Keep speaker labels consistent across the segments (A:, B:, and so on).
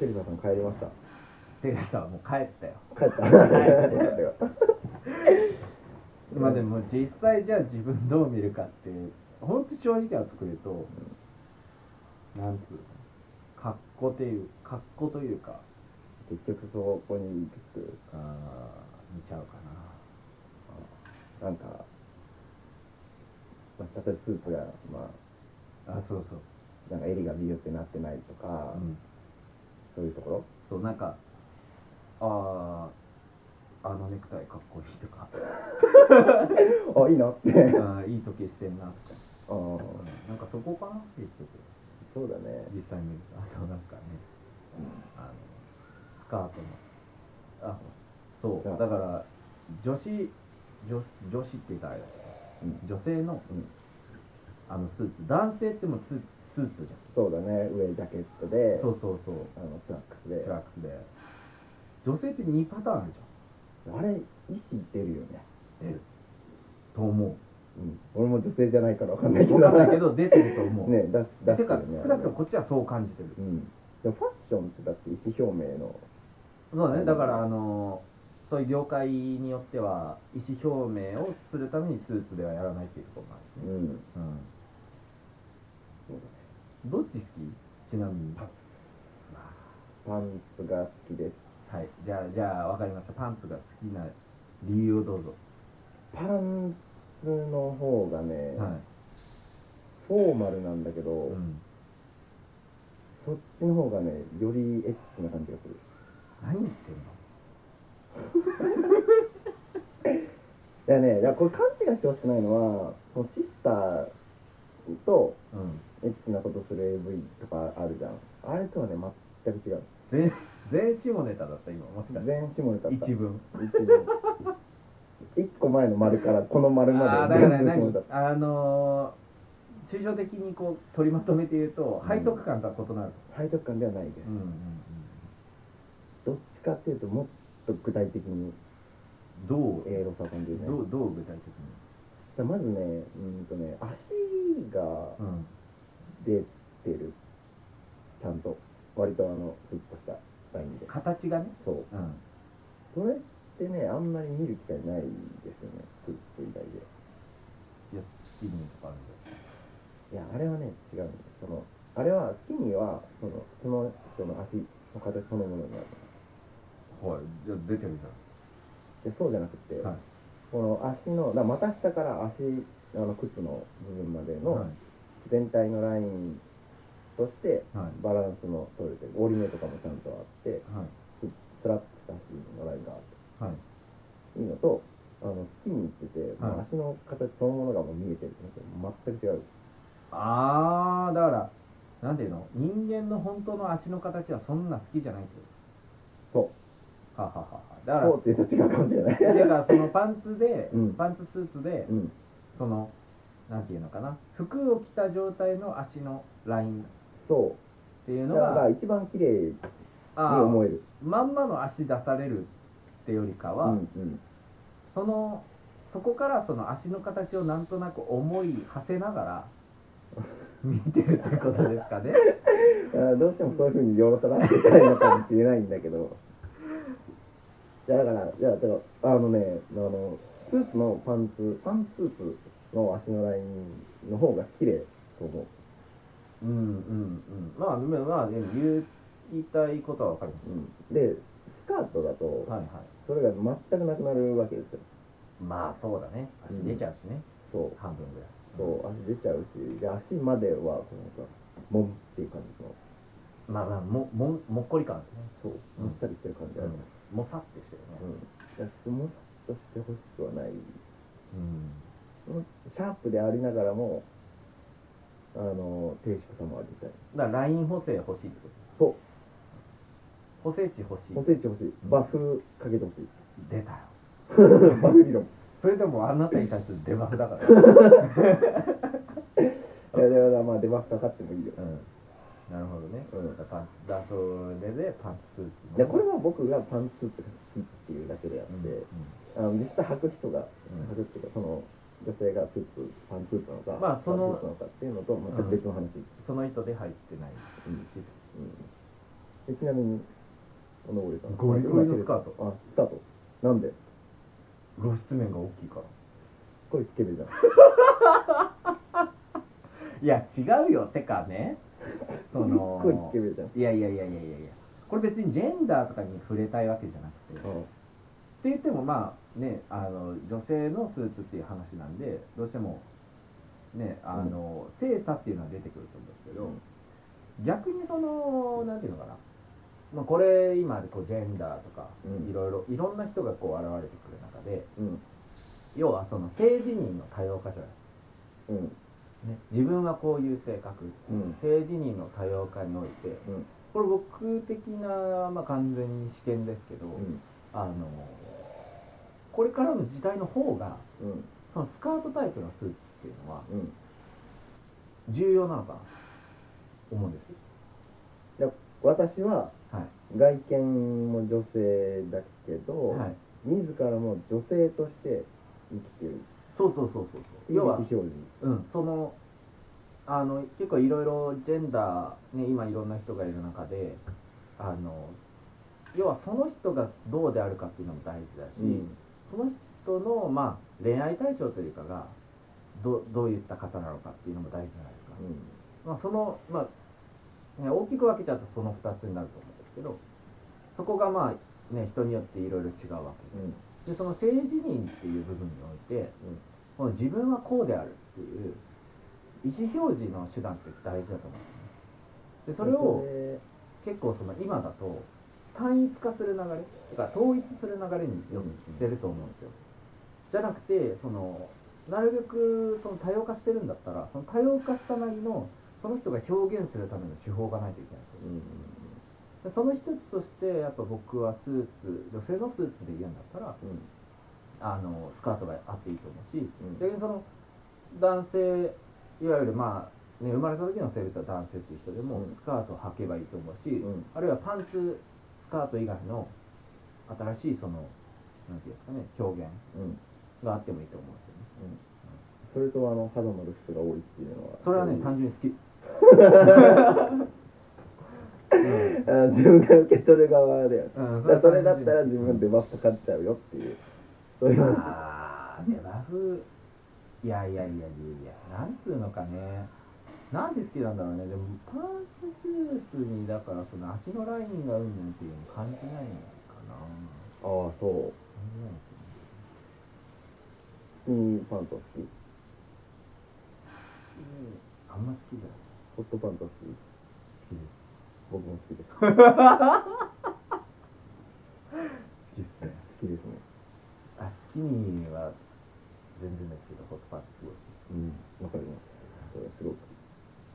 A: テリーさん帰りました。
B: てかさもう帰ったよ
A: 帰った。
B: まあでも実際じゃあ自分どう見るかっていうほんと正直なとこ言うとなんつうの格好っていう格好というか
A: 結局そこに行く
B: あー見ちゃうか
A: と、
B: な
A: なんか、まあ、例えばスープが、ま
B: あそうそう
A: あ、なんか襟がビヨってなってないとか、
B: うん
A: そういうところ。
B: そうなんかあああのネクタイかっこいいと か
A: あ、いいなって。あ
B: あーいい時計してんなって
A: あ、そ
B: なんかそこかなって言ってて
A: うだね。
B: 実際見るとあとなんかねあのスカートのあそうだから女子女子女子って言ったらあれだ
A: うん
B: 女性の、
A: うん
B: あのスーツ男性ってもうスーツスーツじ
A: そうだね。上ジャケット
B: ゃ
A: で
B: ん、そうそうそう
A: あのスラックス
B: ス
A: で
B: ラ。ックスで女性って2パターンあるじ
A: あれ、意思出るよね。
B: ゃん出ると思う
A: うん。俺も女性じゃないからわかんないけど。
B: 分かんない けど出てると思う、
A: ね、出す、出して
B: て
A: る
B: か
A: ね。
B: 少なくともこっちはそう感じてる
A: うん。でもファッションってだって意思表明の。
B: そうだねだからあのそういう業界によっては意思表明をするためにスーツではやらないっていうところもあるし
A: う
B: ね、
A: ん。
B: うん
A: そうだね
B: どっち好きちなみに
A: パンパンツが好きです。
B: はいじゃあじゃあ分かりましたパンツが好きな理由をどうぞ、
A: パンツの方がね、
B: は
A: フォーマルなんだけど、
B: い、うん、
A: そっちの方がね、よりエッチな感じがする。
B: 何言ってんの
A: いやね、いやこれ勘違いしてほしくないのは、そのシスターと
B: うん、
A: エッチなことする AV とかあるじゃん。あれとはね、全く違う。
B: 全全下ネタだった今もしかして
A: 全下ネタだった。
B: 一文
A: 一文。一個前の丸からこの丸
B: あ
A: ま
B: あ
A: で
B: だから
A: 全部下ネ
B: 何
A: タ。
B: あのー、抽象的にこう取りまとめて言うと、背徳感とは異なる、
A: 背徳感ではないです。
B: うんうん
A: どっちかっていうと、もっと具体的に
B: うん、どう
A: エロさを感じるね。
B: どうどう具体的に、
A: だからまずね、うんとね、足が
B: うん、
A: 出てる。ちゃんと。割とあの、スッとしたラインで。
B: 形がね、
A: そう。
B: うん、
A: それってね、あんまり見る機会ないですよね。スッと以外で。
B: いやスキニーとかあるじ
A: いや、あれはね、違うんです。その、あれは、スキニーは、その、その人の足の形そのものにある。
B: ゃんはいじゃあ出てるじ
A: で、そうじゃなくて、
B: はい
A: この足の、だから股下から足、あの、靴の部分まで
B: ゃんは
A: の全体のラインとして、
B: いはい
A: バランスの取れてる。折り目とかもちゃんとあって、
B: はい
A: スラッとした足のラインがあって
B: はい
A: いいのとあのスキーに行ってて、
B: はい
A: もう足の形そのものがもう見えてるんですよ全く違う
B: ああだからなんていうの人間の本当の足の形はそんな好きじゃないって
A: そ
B: ことははははだか
A: うそうっていうと違うかもしれない
B: らだからそのパンツ で、
A: うん
B: パンツスーツで
A: うん
B: そのなんていうのかな服を着た状態の足のラインっ
A: そ
B: ていう
A: う
B: の
A: だから
B: が
A: 一番綺麗に
B: あー
A: 思える
B: まんまの足出されるってよりか
A: う
B: は、
A: んうん
B: そのそこからその足の形をなんとなく思い馳せなが ら見てるってことですかね
A: あーどうしてもそういうふうによろさらせたいのかもしれないんだけどじゃだからじゃあだからあのねあのスーツのパンツパンツスーツの足のラインの方が綺麗と思う
B: うんうんうんまあでもまあでも言う言いたいことはわかりま
A: うんでスカートだと、
B: すはいはい
A: それが全くなくなるわけですよ
B: まあそうだね足出ちゃうしね、
A: そう
B: 半分ぐらい
A: そう足出ちゃうしで足まではこのさモンっていう感じの
B: まあまあもももっこり感ですね
A: そう
B: うん
A: もったりしてる感じある
B: うんもさってしてる
A: う
B: ね
A: んだからスモッとしてほしくはない
B: うん
A: うんシャープでありながらもあの低粛さもあるみたいな
B: だからライン補正欲しいって
A: そう
B: こと補正値欲しい
A: 補正値欲しいバフかけてほしい
B: 出たよ
A: バフ理論
B: それでもあなたに対するデバフだから、
A: いやだからまあデバフかかってもいいよ
B: うん、なるほどね
A: うん
B: パンツだそれでパンツスーツ
A: でこれは僕がパンツって好きっていうだけであっ
B: うん
A: て、
B: う
A: あの実際履く人が
B: うん
A: 履くっていうかその女性がスーツパンツーツなのか、
B: まあその
A: パンツーツなのかっていうのと全く別の話、
B: んその意図で入ってないし、
A: うんうんえちなみにあの俺が
B: ゴリゴリのスカート
A: あスカートなんで
B: 露出面が大きいから
A: これつけるじゃん
B: いや違うよてかねそ
A: これつ
B: の
A: けるじゃん
B: いやいやいやいやいやいやこれ別にジェンダーとかに触れたいわけじゃなくて、
A: う
B: っ
A: ん
B: て言ってもまあねあの女性のスーツっていう話なんでどうしてもねあの、性差っていうのは出てくると思うんですけど、
A: うん
B: 逆にそのなんていうのかな、まあ、これ今こうジェンダーとか、
A: うん
B: いろいろいろんな人がこう現れてくる中で
A: うん
B: 要はその性自認の多様化じゃない
A: うん
B: ね、自分はこういう性格、
A: うん
B: 性自認の多様化において、
A: うん
B: これ僕的な、まあ、完全に試験ですけど、
A: うん
B: あのこれからの時代の方が
A: うん
B: そのスカートタイプのスーツっていうのは
A: うん
B: 重要なのかなと思うんですよ
A: じゃあ私は
B: はい
A: 外見も女性だけど、
B: はい、
A: 自らも女性として生きてる
B: そうそうそうそうそう
A: 意
B: 要
A: 思
B: は、
A: 表示
B: うん、そのあの結構いろいろジェンダー、ね、今いろんな人がいる中であの要はその人がどうであるかっていうのも大事だし、その人の、まあ、恋愛対象というかがどどういった方なのかっていうのも大事じゃないですか、まあ、その、まあね、大きく分けちゃうとその2つになると思うんですけどそこがまあ、ね、人によっていろいろ違うわけ
A: うん
B: ででその性自認っていう部分において、
A: うん
B: この自分はこうであるっていう意思表示の手段って大事だと思うんですねでそれを結構その今だと単一化する流れてか統一する流れによってると思うんですよじゃなくてそのなるべくその多様化してるんだったらその多様化したなりのその人が表現するための手法がないといけないんで
A: う
B: すよ
A: ん
B: でその一つとしてやっぱ僕はスーツ女性のスーツで言うんだったら
A: うん
B: あのスカートがあっていいと思うし
A: うん
B: 逆にその男性いわゆるまあ、ね、生まれた時の性別は男性っていう人でも
A: うん
B: スカートを履けばいいと思うし、
A: うん
B: あるいはパンツスカート以外の新しいそのなんていうんですかね表現
A: うん
B: があってもいいと思うんですよね
A: それとあの肌の露出が多いっていうのは
B: それはね単
A: 単
B: 純に好き、
A: 純自分が受け取る側だよね
B: うん
A: だからそれだったら自分でバッと買っちゃうよっていうそういう話
B: あーデバフいやいやいやいやいやなんつうのかねなんで好きなんだろうねでもパンツスーツにだからその足のラインがうんぬんっていうの感じないのかな
A: ああそう
B: 感じないですよね
A: スニーパント好き
B: あんま好きじゃない
A: ホットパント好き
B: 好きです
A: 僕も好きです好
B: 好きですね
A: きですね
B: あスキニーは全然ですけどホットパンツすごい
A: うんわかりますそれはすごく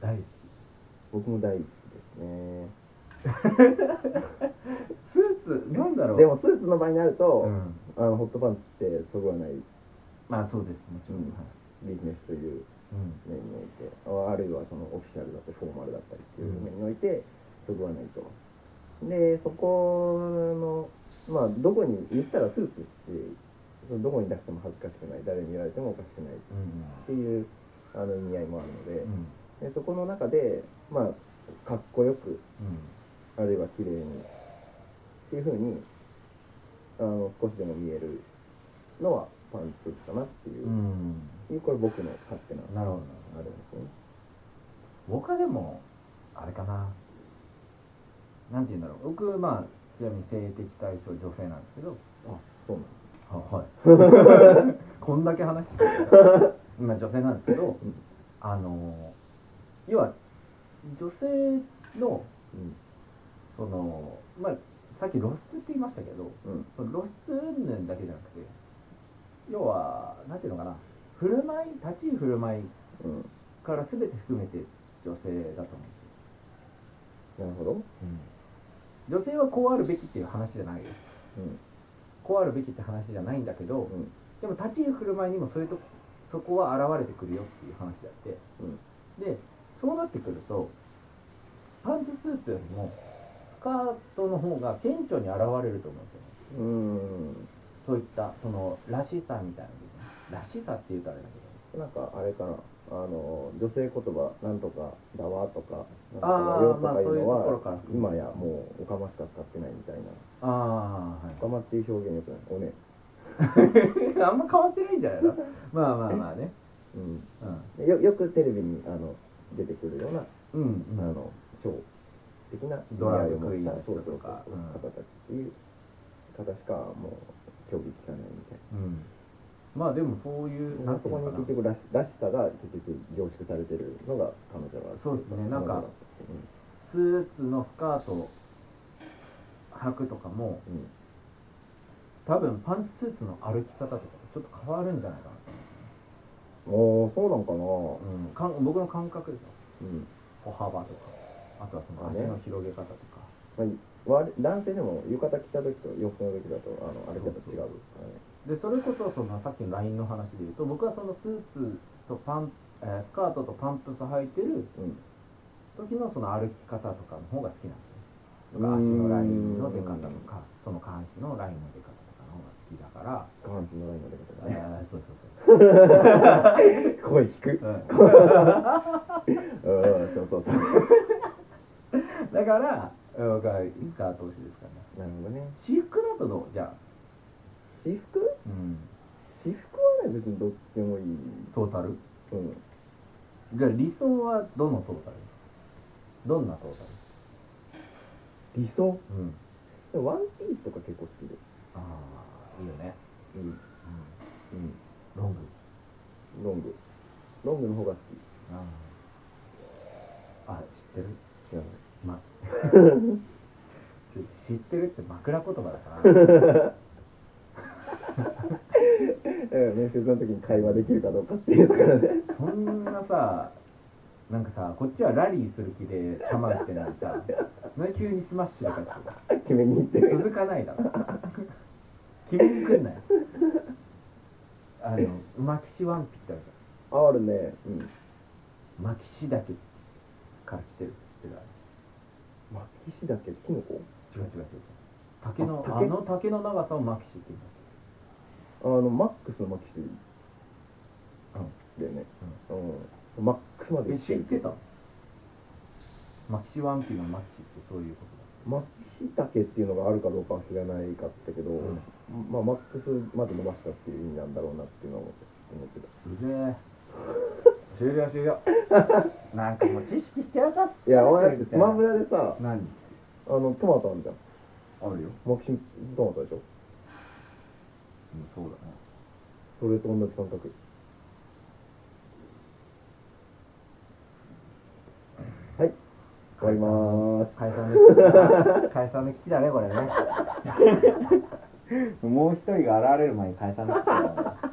B: 大好き
A: 僕も大好きですね
B: スーツなんだろう
A: でもスーツの場合になると
B: う、ん
A: あのホットパンツってそこはない
B: まあそうですもちろん、
A: うん
B: はい
A: ビジネスという
B: うん
A: 面においてああるいはそのオフィシャルだったりフォーマルだったりっていう面において、そこはないとでそこのまあどこに言ったらスーツってそのどこに出しても恥ずかしくない誰に見られてもおかしくないっ
B: うん
A: ていうあの意味合いもあるので,、
B: うんうん
A: でそこの中でまあかっこよく
B: うん
A: あるいは綺麗にっていうふうにあの少しでも見えるのはパンツかなっていう
B: う、ん
A: いうこれ僕の勝手な
B: なるほど
A: あれですね
B: 僕はでもあれかななんて言うんだろう僕まあちなみに性的対象女性なんですけど
A: あそうなんです
B: ははい こんだけ話してる今女性なんですけど
A: うん
B: あの要は女性の
A: うん
B: そのまあさっき露出って言いましたけど
A: うん
B: その露出云々だけじゃなくて要はなんていうのかな振る舞い立ち居振る舞い
A: うん
B: から全て含めて女性だと思う
A: なるほど
B: 女性はこうあるべきっていう話じゃないよ
A: うん
B: こうあるべきって話じゃないんだけど、
A: うん
B: でも立ち居振る舞いにもそういうとこそこは現れてくるよっていう話であって、でそうなってくるとパンツスーツよりもスカートの方が顕著に現れると思うんですよね
A: うーん
B: そういったそのらしさみたいな部分らしさって言うとあれだけど
A: なんかあれかなあの女性言葉なんとかだわとかなんとか
B: あ
A: だ
B: ー
A: よとかいうの
B: まあそういうところか
A: は
B: ら
A: 今やもうおかましか使ってないみたいな
B: ああ
A: おかまっていう表現よくないおね
B: はいあんま変わってないんじゃない のまあまあまあね
A: うん
B: うん
A: でよよくテレビにあの出てくるような
B: うん
A: あのショー的な
B: ドラッグクイーン
A: 意味
B: の
A: 合いを持ったそ
B: 人
A: うそう
B: とか
A: そう
B: うん
A: 方たちっていう方しかもう興味聞かないみたい
B: うんまあでもそういう
A: な
B: なんて
A: そこ
B: いう
A: に
B: のかな
A: 結局らしらしさが結局凝縮されてるのが彼女は
B: そうですねなん
A: 彼
B: か
A: 女は
B: スーツのスカートを履くとかも
A: うんうん
B: 多分パンチスーツの歩き方とかちょっと変わるんじゃないかな
A: おーそうなんかな
B: と、うん、かん僕の感覚ですよ
A: うん
B: 歩幅とかあとはその足の広げ方とか
A: まあい割れ男性でも浴衣着た時と洋服の時だとあのあれ方違うからね
B: でそれこそそのさっきの LINE の話で言うと僕はそのスーツとパン、えースカートとパンプス履いてる
A: うん
B: 時のその歩き方とかの方が好きなんですよとか足のラインの出方とかその下半身のラインの出方とかの方が好きだから
A: 下半身のラインの出方がね
B: あーそうそうそう
A: 声引く
B: そう、う
A: うんそ
B: ん
A: うそうそう
B: だから僕はスカート推しですか
A: な
B: らね
A: るほどね
B: 私服だとどうじゃあ、
A: 私服
B: うん、
A: 私服はね別にどっちでもいい
B: トータル
A: うん
B: じゃあ理想はどのトータルどんなトータ
A: 理想
B: ルうん
A: でもワンピースとか結構好きで
B: ああいいよね、
A: うんうん
B: うん、ロング
A: ロングロングの方が好
B: あーあ知ってる
A: き知らない
B: ま知ってるって枕言葉だ から
A: え面接の時に会話できるかどうかっていうからね
B: そんなさなんかさこっちはラリーする気で球打ってないさなんか急にスマッシュとかして
A: 決めに行って
B: 続かないだろ決めにくんなよあのマキシワンピってあるじ
A: ああるねうん
B: ゃんマキシだけから来てる知ってる
A: マキシだけキノコ
B: 違う違う違う違う竹の
A: あ
B: あ
A: 竹
B: の竹の長さをマキシって言うんだ
A: あのマックスのマキシだよねうん、マックスまで
B: え
A: 行
B: 知っ
A: る
B: てたマキシワンピのマキシってそういうことだ
A: マキシタケっていうのがあるかどうかは知らないかったけど、
B: うん
A: まあマックスまで伸ばしたっていう意味なんだろうなっていうのを思ってた
B: うぜえ終了終了なんかもう知識ってやかっ
A: いやお前だってスマブラでさ
B: 何
A: あのトマトあんじゃん
B: あるよ
A: マキシトマトでしょ
B: うんそうだね
A: それと同じ感覚はい終わりまー
B: 解散です。解散の危機 だね、これね。もう一人が現れる前に解散の危機だね。